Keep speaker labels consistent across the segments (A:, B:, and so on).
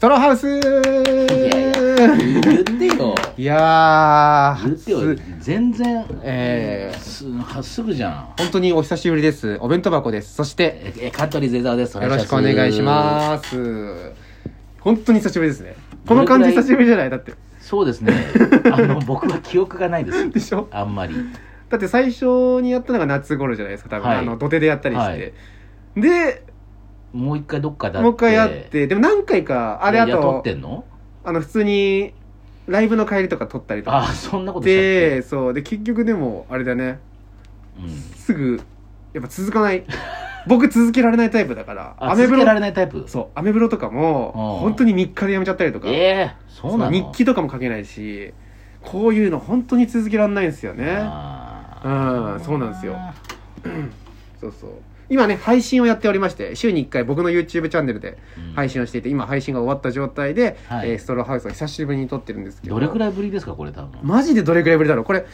A: トロハウス
B: 言ってよ
A: いや
B: 言ってよ
A: ーす
B: 全然
A: えー
B: すはっすぐじゃん
A: 本当にお久しぶりですお弁当箱ですそして
B: ええ香取ゼザーです
A: よろしくお願いします本当に久しぶりですねこの感じ
B: どれくら
A: 久
B: い
A: しぶりじゃないだって
B: すそうで すねあの僕は記憶がないです
A: でしょ
B: あんまり
A: だって最初にやったのが夏頃じゃないですか多分、
B: はい
A: あの土手でやったりして、
B: はい
A: で
B: もう一回どっかだって
A: もう一回やってでも何回かあれあ
B: え雇っ
A: と
B: てんの
A: あの普通にライブの帰りとか撮ったりとか
B: ああそんなことしたっけ
A: でそうで結局でもあれだね
B: うん
A: すぐやっぱ続かない 僕続けられないタイプだから
B: あ続けら
A: ロ
B: れないタイプ
A: そうアメブロとかも
B: うん
A: 本当に日課でやめちゃったりとか、
B: ええそうなの
A: 日記とかも書けないしこういうの本当に続けられないんですよね
B: あ
A: う
B: ー
A: んそうなんですよそうそう今ね配信をやっておりまして週に1回僕の YouTube チャンネルで
B: うん
A: 配信をしていて今配信が終わった状態で、
B: はい
A: えーストローハウスを久しぶりに撮ってるんですけど
B: どれくらいぶりですかこれ多分
A: マジでどれくらいぶりだろうこれ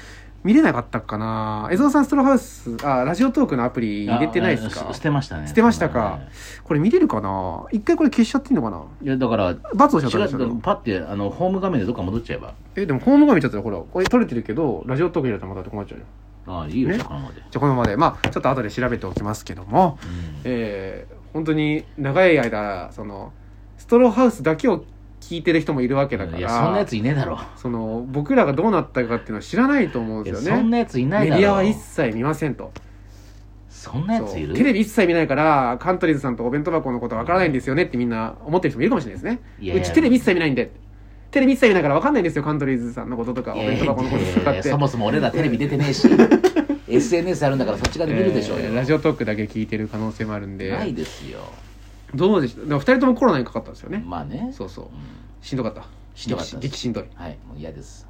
A: 見れなかったかな江蔵さんストローハウスあラジオトークのアプリ入れてないです
B: あ
A: か
B: あ捨てましたね
A: 捨てましたか
B: はい
A: これ見れるかな一回これ消しちゃっていいのかない
B: やだから違う
A: 罰をしちゃったんですよね
B: パッてあのホーム画面でどっか戻っちゃえば
A: えでもホーム画面見ちゃったらほらこれ撮れてるけどラジオトーク入れたらまた困っちゃうよ
B: ああいいよ
A: ね
B: そこのままで
A: じゃあこのままでまあちょっと後で調べておきますけども
B: うん
A: えー、本当に長い間そのストローハウスだけを聞いてる人もいるわけだから
B: いやそんなやついねえだろ
A: その僕らがどうなったかっていうのを知らないと思うん
B: い
A: で
B: や
A: す
B: そ
A: よ
B: ん
A: ね
B: なやついない
A: メデ
B: だ
A: ィア
B: ろ
A: は一切見ませんと
B: そんなやつ
A: そ
B: いる
A: うテレビ一切見ないからカントリーズさんとお弁当箱のことわからないんですよねってみんな思ってる人もいるかもしれないですね
B: いやいうや
A: ちテレビ一切見ないんでテレビ一切見ないからわかんないんですよカントリーズさんのこととかお
B: いや
A: 弁当箱のことと
B: い
A: か
B: や
A: って
B: そもそも俺らテレビ出てね えし SNS あるんだからそっち側で見るでしょう
A: え
B: よ
A: ーラジオトークだけ聞いてる可能性もあるんで
B: ないですよ
A: どうでしたでも2人ともコロナにかかったんですよね
B: まあね
A: そうそう
B: うん
A: しんどかった
B: しんどかったです
A: 激激しんどい
B: はいもう嫌です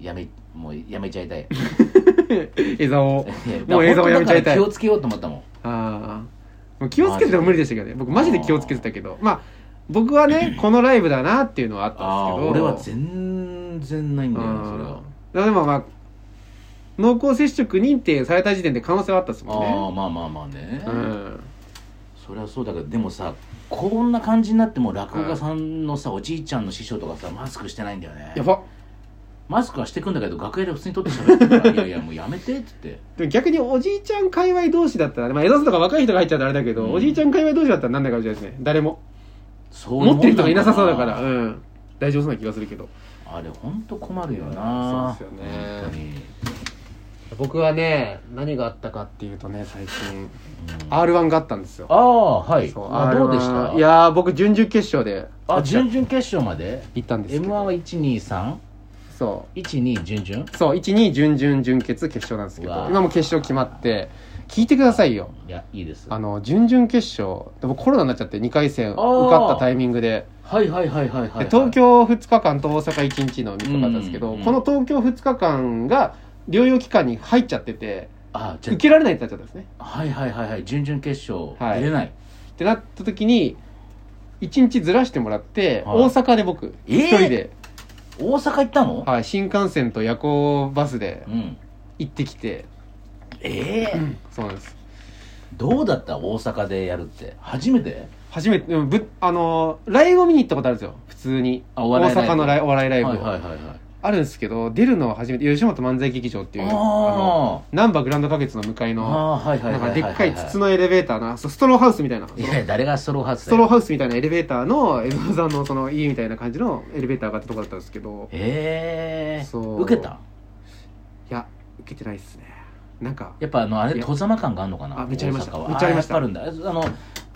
B: やめもうやめちゃい たい
A: 江沢を
B: も
A: もう映像をやめちゃいたい
B: 気をつけようと思ったもん
A: ああもう気をつけてても無理でしたけどね僕マジで気をつけてたけどまあ僕はねこのライブだなっていうのはあったん
B: あ
A: です
B: あ
A: けど
B: 俺は全然ないんだよねそれは
A: うんでもまあ濃厚接触認定された時点で可能性はあったですもん
B: ああ
A: ね
B: まあまあまあね、
A: うん
B: そりゃそうだけどでもさこんな感じになっても落語家さんのさ、おじいちゃんの師匠とかさマスクしてないんだよね
A: やば
B: マスクはしてくんだけど楽屋で普通に取って喋って るからいやいやもうやめてっつって
A: でも逆におじいちゃん界隈同士だったら、まあ、江戸さんとか若い人が入っちゃうとあれだけど、
B: うん
A: おじいちゃん界隈同士だったらなんないかもしれないですね誰も
B: そう
A: 持
B: いうもん
A: ってる人がいなさそうだから
B: な
A: うん大丈夫そうな気がするけど
B: あれほんと困るよな
A: そうですよね
B: 本当に
A: 僕はね何があったかっていうとね最近
B: うんあ
A: r 1があったんですよ
B: あはい
A: そう
B: あ
A: R1
B: どうでした
A: いやー僕準々決勝で
B: あ準々決勝まで
A: 行ったんです
B: m
A: け
B: 1
A: ど
B: は1231
A: そ
B: 2準々
A: うそう1 2準々準決決勝なんですけど
B: うわー
A: 今も決勝決まって聞いてくださいよ
B: いやいいです
A: あ
B: は
A: の準々決勝でもコロナになっちゃって2回戦受
B: あー
A: かったタイミングで
B: いはいはいはいはい、はい、
A: で東京2日間と大阪1日の3日間ですけど、
B: うん
A: この東京2日間が療養期間に入っちゃってて
B: あじゃ
A: 受けられないってなっちゃったんですね
B: あはいはいはいはい準々決勝、
A: はい
B: 出れない
A: ってなった時に1日ずらしてもらって、
B: はい
A: 大阪で僕
B: えー
A: 1人で、
B: 大阪行ったの、
A: はい、新幹線と夜行バスで
B: うん
A: 行ってきて、
B: ええ
A: そうなんです
B: どうだった大阪でやるって初めて
A: 初めてでもぶあのーライブを見に行ったことあるんですよ普通に
B: あ
A: 大阪のライお笑いラ
B: ラ
A: イ
B: イ
A: ブ
B: ブ
A: を、
B: はいはいはいはい
A: あるんですけど出るのは初めて吉本漫才劇場っていうの
B: あ
A: なんばグランド花月の向かい
B: ー
A: の
B: あーはいはい
A: な
B: は
A: ん
B: いは
A: か
B: い
A: でっかい筒
B: の
A: のエレベーターなそうストローハウスみたいなそ
B: い
A: の
B: や誰がストローハウス
A: ストロー
B: ウス
A: ハウスみたいなエレベーターの江戸さんのその家みたいな感じのエレベーターがあったとこだったんですけど
B: ええ
A: そう
B: 受けた
A: いや受けてないっすねなんか
B: やっぱあのあれ
A: いや
B: 戸ざま感があるのかな
A: あめっちゃありました
B: 大阪は
A: めっちゃありました
B: ーやっぱあるんだ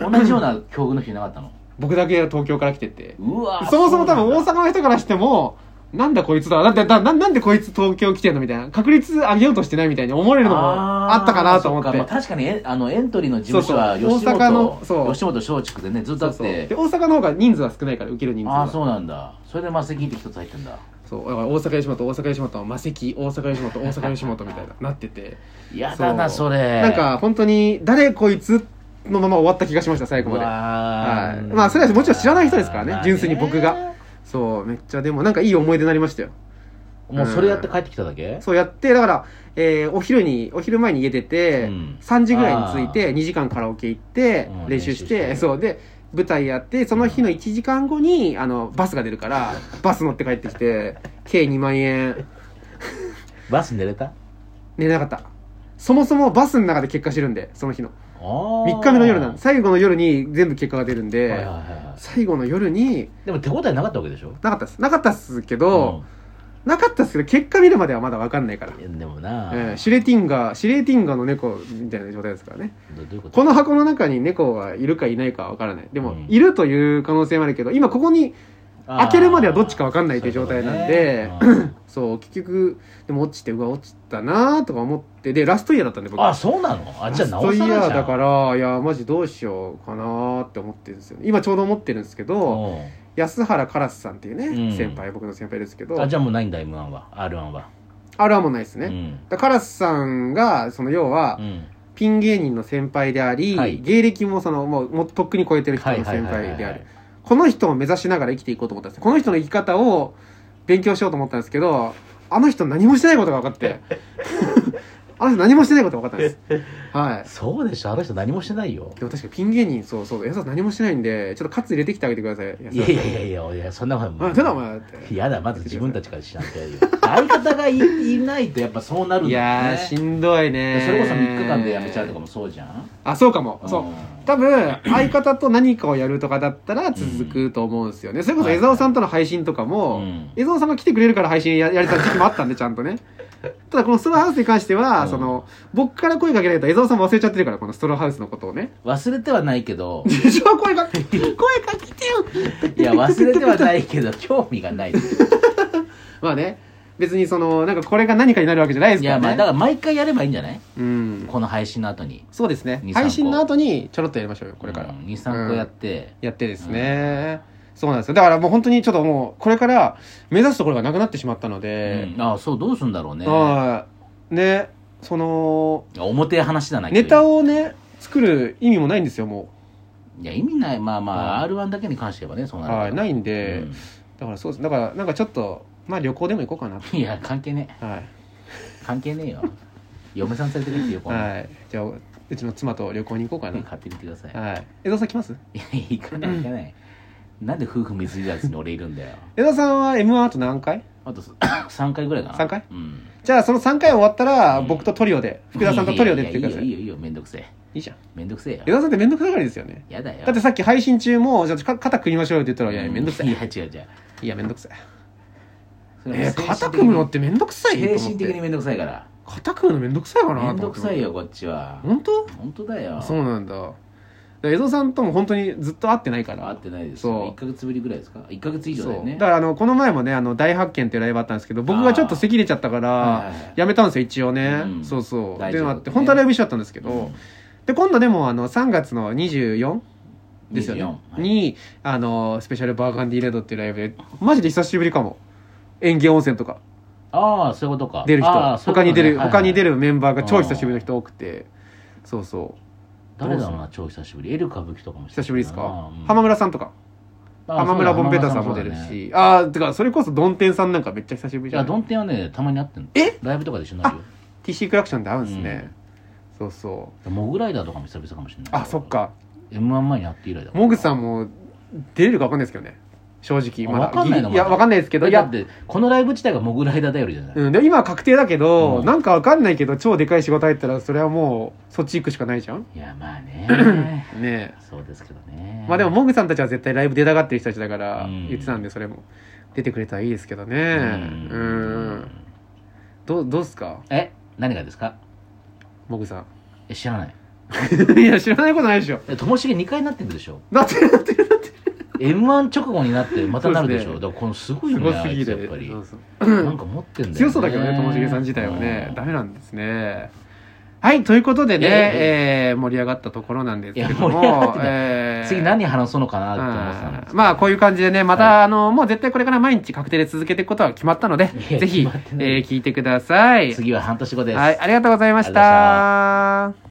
B: あの同じよう な境遇の人いなかったの
A: 僕だけ東京から来てて
B: うわー
A: そもそも多分
B: うなん
A: 大
B: だ
A: 阪の人からしてもなんだこいつだなんでだななんでこいつ東京来てんのみたいな確率上げようとしてないみたいに思われるのも
B: ー
A: あったかなと思っ
B: そ
A: て
B: かまあ確かにえあのエントリーの事務所は
A: そうそう
B: 吉
A: 大阪のそう
B: 本吉本松竹でねずっとあっ
A: そうそう
B: て
A: で大阪の方が人数は少ないから受ける人数
B: あ
A: は
B: あそうなんだそれでマセキって一つ入ってんだ
A: そうだから大阪吉本大阪吉本魔石大阪吉本大阪吉本みたいななってて
B: やだな
A: そ
B: それ
A: なんか本当に誰こいつのまま終わった気がしました最後
B: う
A: まで
B: わー
A: はいまあそれはもちろん知らない人ですからね純粋に僕がそうめっちゃでもなんかいい思い出になりましたよ
B: もうそれやって帰ってきただけ
A: そうやってだから、えーお昼にお昼前に家出て、
B: うん
A: 3時ぐらいに着いて2時間カラオケ行って
B: うん
A: 練習して,、
B: 練習して
A: そうで舞台やってその日の1時間後にあのバスが出るからバス乗って帰ってきて計2万円
B: バス寝れた
A: 寝れなかったそもそもバスの中で結果してるんでその日の
B: 3
A: 3日目の夜なん最後の夜に全部結果が出るんで、
B: はいはいはいは
A: 最後の夜に
B: い、でも手応えなかったわけでしょ
A: なかったですなかったっすけど、なかったっすけど結果見るまではまだ分かんないから、
B: うんでもな、
A: ええシュレティンガーシュレティンガーの猫みたいな状態ですからね
B: どどういうこと
A: この箱の中に猫はいるかいないかは分からないでも、
B: うん
A: いるという可能性もあるけど今ここに
B: あー
A: 開けるまではどっちかわかんないっていう状態なんで
B: そういうこ
A: そう結局でも落ちてうわ落ちたなーとか思ってでラストイヤーだったんで
B: と
A: 僕
B: ね あそうなのあじゃあ
A: ラ
B: な
A: スト
B: お
A: イ
B: さらじゃ
A: ヤ
B: ん
A: ーだからいやマジどうしようかなーって思ってるんですよね今ちょうど思ってるんですけど
B: う
A: 安原カラスさんっていうね、
B: うん
A: 先輩僕の先輩ですけど
B: んあじゃあもうないんだ M1 は R1 は
A: あるはもうないですね、
B: うん
A: だからカラスさんがその要は、
B: うん
A: ピン芸人の先輩であり、
B: はい
A: 芸歴もそのもうもうとっくに超えてる人の先輩であるこの人を目指しながら生きていこうと思ったんですこの人の生き方を勉強しようと思ったんですけどあの人何もしてないことが分かって あの人何もしてないことが分かったんですはい
B: そうでしょあの人何もしてないよ
A: でも確かにピン芸人そうそう安田さん何もしてないんでちょっとカツ入れてきてあげてください安田さん
B: いやいやいやいやいやそんなもん
A: あただお前って
B: やだまず自分たちからしなきゃいいよ相方がいいないとやっぱそうなるんだよね
A: いやーしんどいね
B: それこそ3日間でやめちゃうとかもそうじゃん
A: あそうかもそう多分相方と何かをやるとかだったら続くと思うんですよね、それこそ江澤さんとの配信とかも、
B: うん
A: 江澤さんが来てくれるから配信や やれた時期もあったんでちゃんとねただこのストローハウスに関しては、
B: うん
A: その僕から声かけないと江澤さんも忘れちゃってるからこのストローハウスのことを ね
B: 忘れてはないけど
A: でしょ声かけ声かけてよ
B: いや忘れてはないけど 興味がない
A: まあね別にそのなんかこれが何かになるわけじゃないです
B: い
A: から
B: や
A: ね
B: まあだから毎回やればいいんじゃない
A: うん
B: この配信の後に
A: そうですね
B: 23個
A: 配信の後にちょろっとやりましょうよこれから、
B: 23個やって
A: やってですね、そうなんですよだからもう本当にちょっともうこれから目指すところがなくなってしまったので、
B: うんああそうどうすんだろうね
A: はいねその
B: 表や話じゃない
A: ネタ
B: を
A: をね作る意味もないんですよも
B: いや意味ないまあまあ r 1だけに関してはねそう
A: う
B: なるから
A: はいないんで、
B: うん
A: だからそうですだからなんかちょっとまあ旅行でも行こうかな
B: いや関係ね
A: はい、
B: え関係ねえよ嫁さん連れてきてよこんなの
A: はい、じゃあうちの妻と旅行に行こうかな、
B: 買ってみてください
A: はい江戸さん来ます
B: いや行かない行かないなんで夫婦水入らずに俺いるんだよ
A: 江戸さんは m 1あと何回
B: あと3回ぐらいかな
A: 三回
B: うん
A: じゃあその3回終わったら
B: うん
A: 僕とトリオで福田さんとトリオでやってください
B: い
A: い
B: やいやいいよいいよいいよめんどくせえ
A: いじゃん
B: めんどくせえ
A: 江
B: よ
A: 戸さんって面倒くさがりですよね
B: やだよ
A: だってさっき配信中も、じゃあか肩組みましょうよって言ったら、いや、めんどくさい。
B: いや違う違う
A: いや、めんどくさい。
B: それ
A: え
B: は
A: ー、
B: 精神的に
A: 肩組むのってめんどくさいと思
B: 精
A: って
B: 神的にめんどくさいから
A: 肩組むのめんどくさいかなと
B: め
A: 思っ
B: ん
A: て
B: どくさい。よこっちは
A: 本当
B: 本当だよ
A: そうなんだ。だから江戸さんとも本当にずっと会ってないから。
B: 会ってないです
A: そう
B: よ1か月ぶりぐらいですか1か月以上だよ
A: そう
B: ね
A: だからあのこの前もねあの大発見っていうライブあったんですけど僕がちょっと咳出ちゃったか
B: はいは
A: ら
B: いはい
A: やめたんですよ一応ね、
B: うん
A: そうそう
B: 大
A: ってい
B: 丈
A: う
B: 夫
A: のあって本当はライブ一緒だったんですけど、
B: うん
A: で今度でもあの3月の24ですよね、
B: 24はい
A: にあのスペシャルバーガンディレードっていうライブでマジで久しぶりかも園芸温泉とか
B: ああそういうことか
A: 出る人、
B: ああそ
A: 他
B: ういうことね
A: に出る、
B: はいはい
A: 他に出るメンバーが超久しぶりの人多くてそうそう
B: 誰だろうな超久しぶりエル歌舞伎とかも
A: 久しぶりですか、浜
B: 浜
A: 村さんとか浜村ボンベタさんも出るしあーてかそれこそドンテンさんなんかめっちゃ久しぶり
B: い
A: じゃ
B: や
A: な
B: ド
A: い
B: ンテンはねたまに会ってんの
A: え
B: ライブとかで一緒になるよ
A: TC クラクションで会うんですね、そうそう
B: モグライダーとかも久々かもしれない
A: あそっか
B: m 1前に会って以来だ
A: モグさ
B: ん
A: んも出れるか分かんないですけどね正直まだ
B: あ分かんないの
A: ギリいや
B: まだ
A: 分かんないですけどい
B: だ
A: や
B: ってこのライブ自体がモグライダー頼りじゃない
A: うん、でも今は確定だけど、
B: うん
A: なんかわかんないけど超でかい仕事入ったらそれはもうそっち行くしかないじゃん
B: いやまあね
A: ね
B: そうですけど
A: え
B: ね
A: まあでもモグさんたちは絶対ライブ出たがってる人たちだから
B: うん
A: 言ってたんでそれも出てくれたらいいですけどね
B: う
A: うん
B: ん
A: どうどうっすか
B: え何がですか
A: モグさ
B: え知らない
A: ん いや知らないことないでしょ
B: えともしげ2回なってるでしょ
A: だってだってだって
B: m 1直後になってまたなるでし
A: そう
B: ょ
A: ですね
B: だからこのすごい
A: す
B: よ
A: ご
B: ね
A: す
B: あい
A: ぎ
B: つ
A: て
B: やっぱり
A: そうそう
B: なんか持ってんだよ
A: 強そうだけどねともしげさん自体はね
B: うん
A: ダメなんですねはいということでね、
B: いやいやいや
A: えー盛り上がったところなんですけれど
B: いや盛り上がっ
A: も
B: てない
A: えー
B: 次何話そうのかなって思ってたん
A: あ
B: です
A: ーまあこういう感じでねまた、
B: は
A: あのもう絶対これから毎日確定で続けていくことは決まったので
B: いや
A: ぜひ、え
B: 決まってない
A: ー聞いてください、
B: 次は半年後です
A: はい、ありがとうございまし
B: ありがとうござい
A: た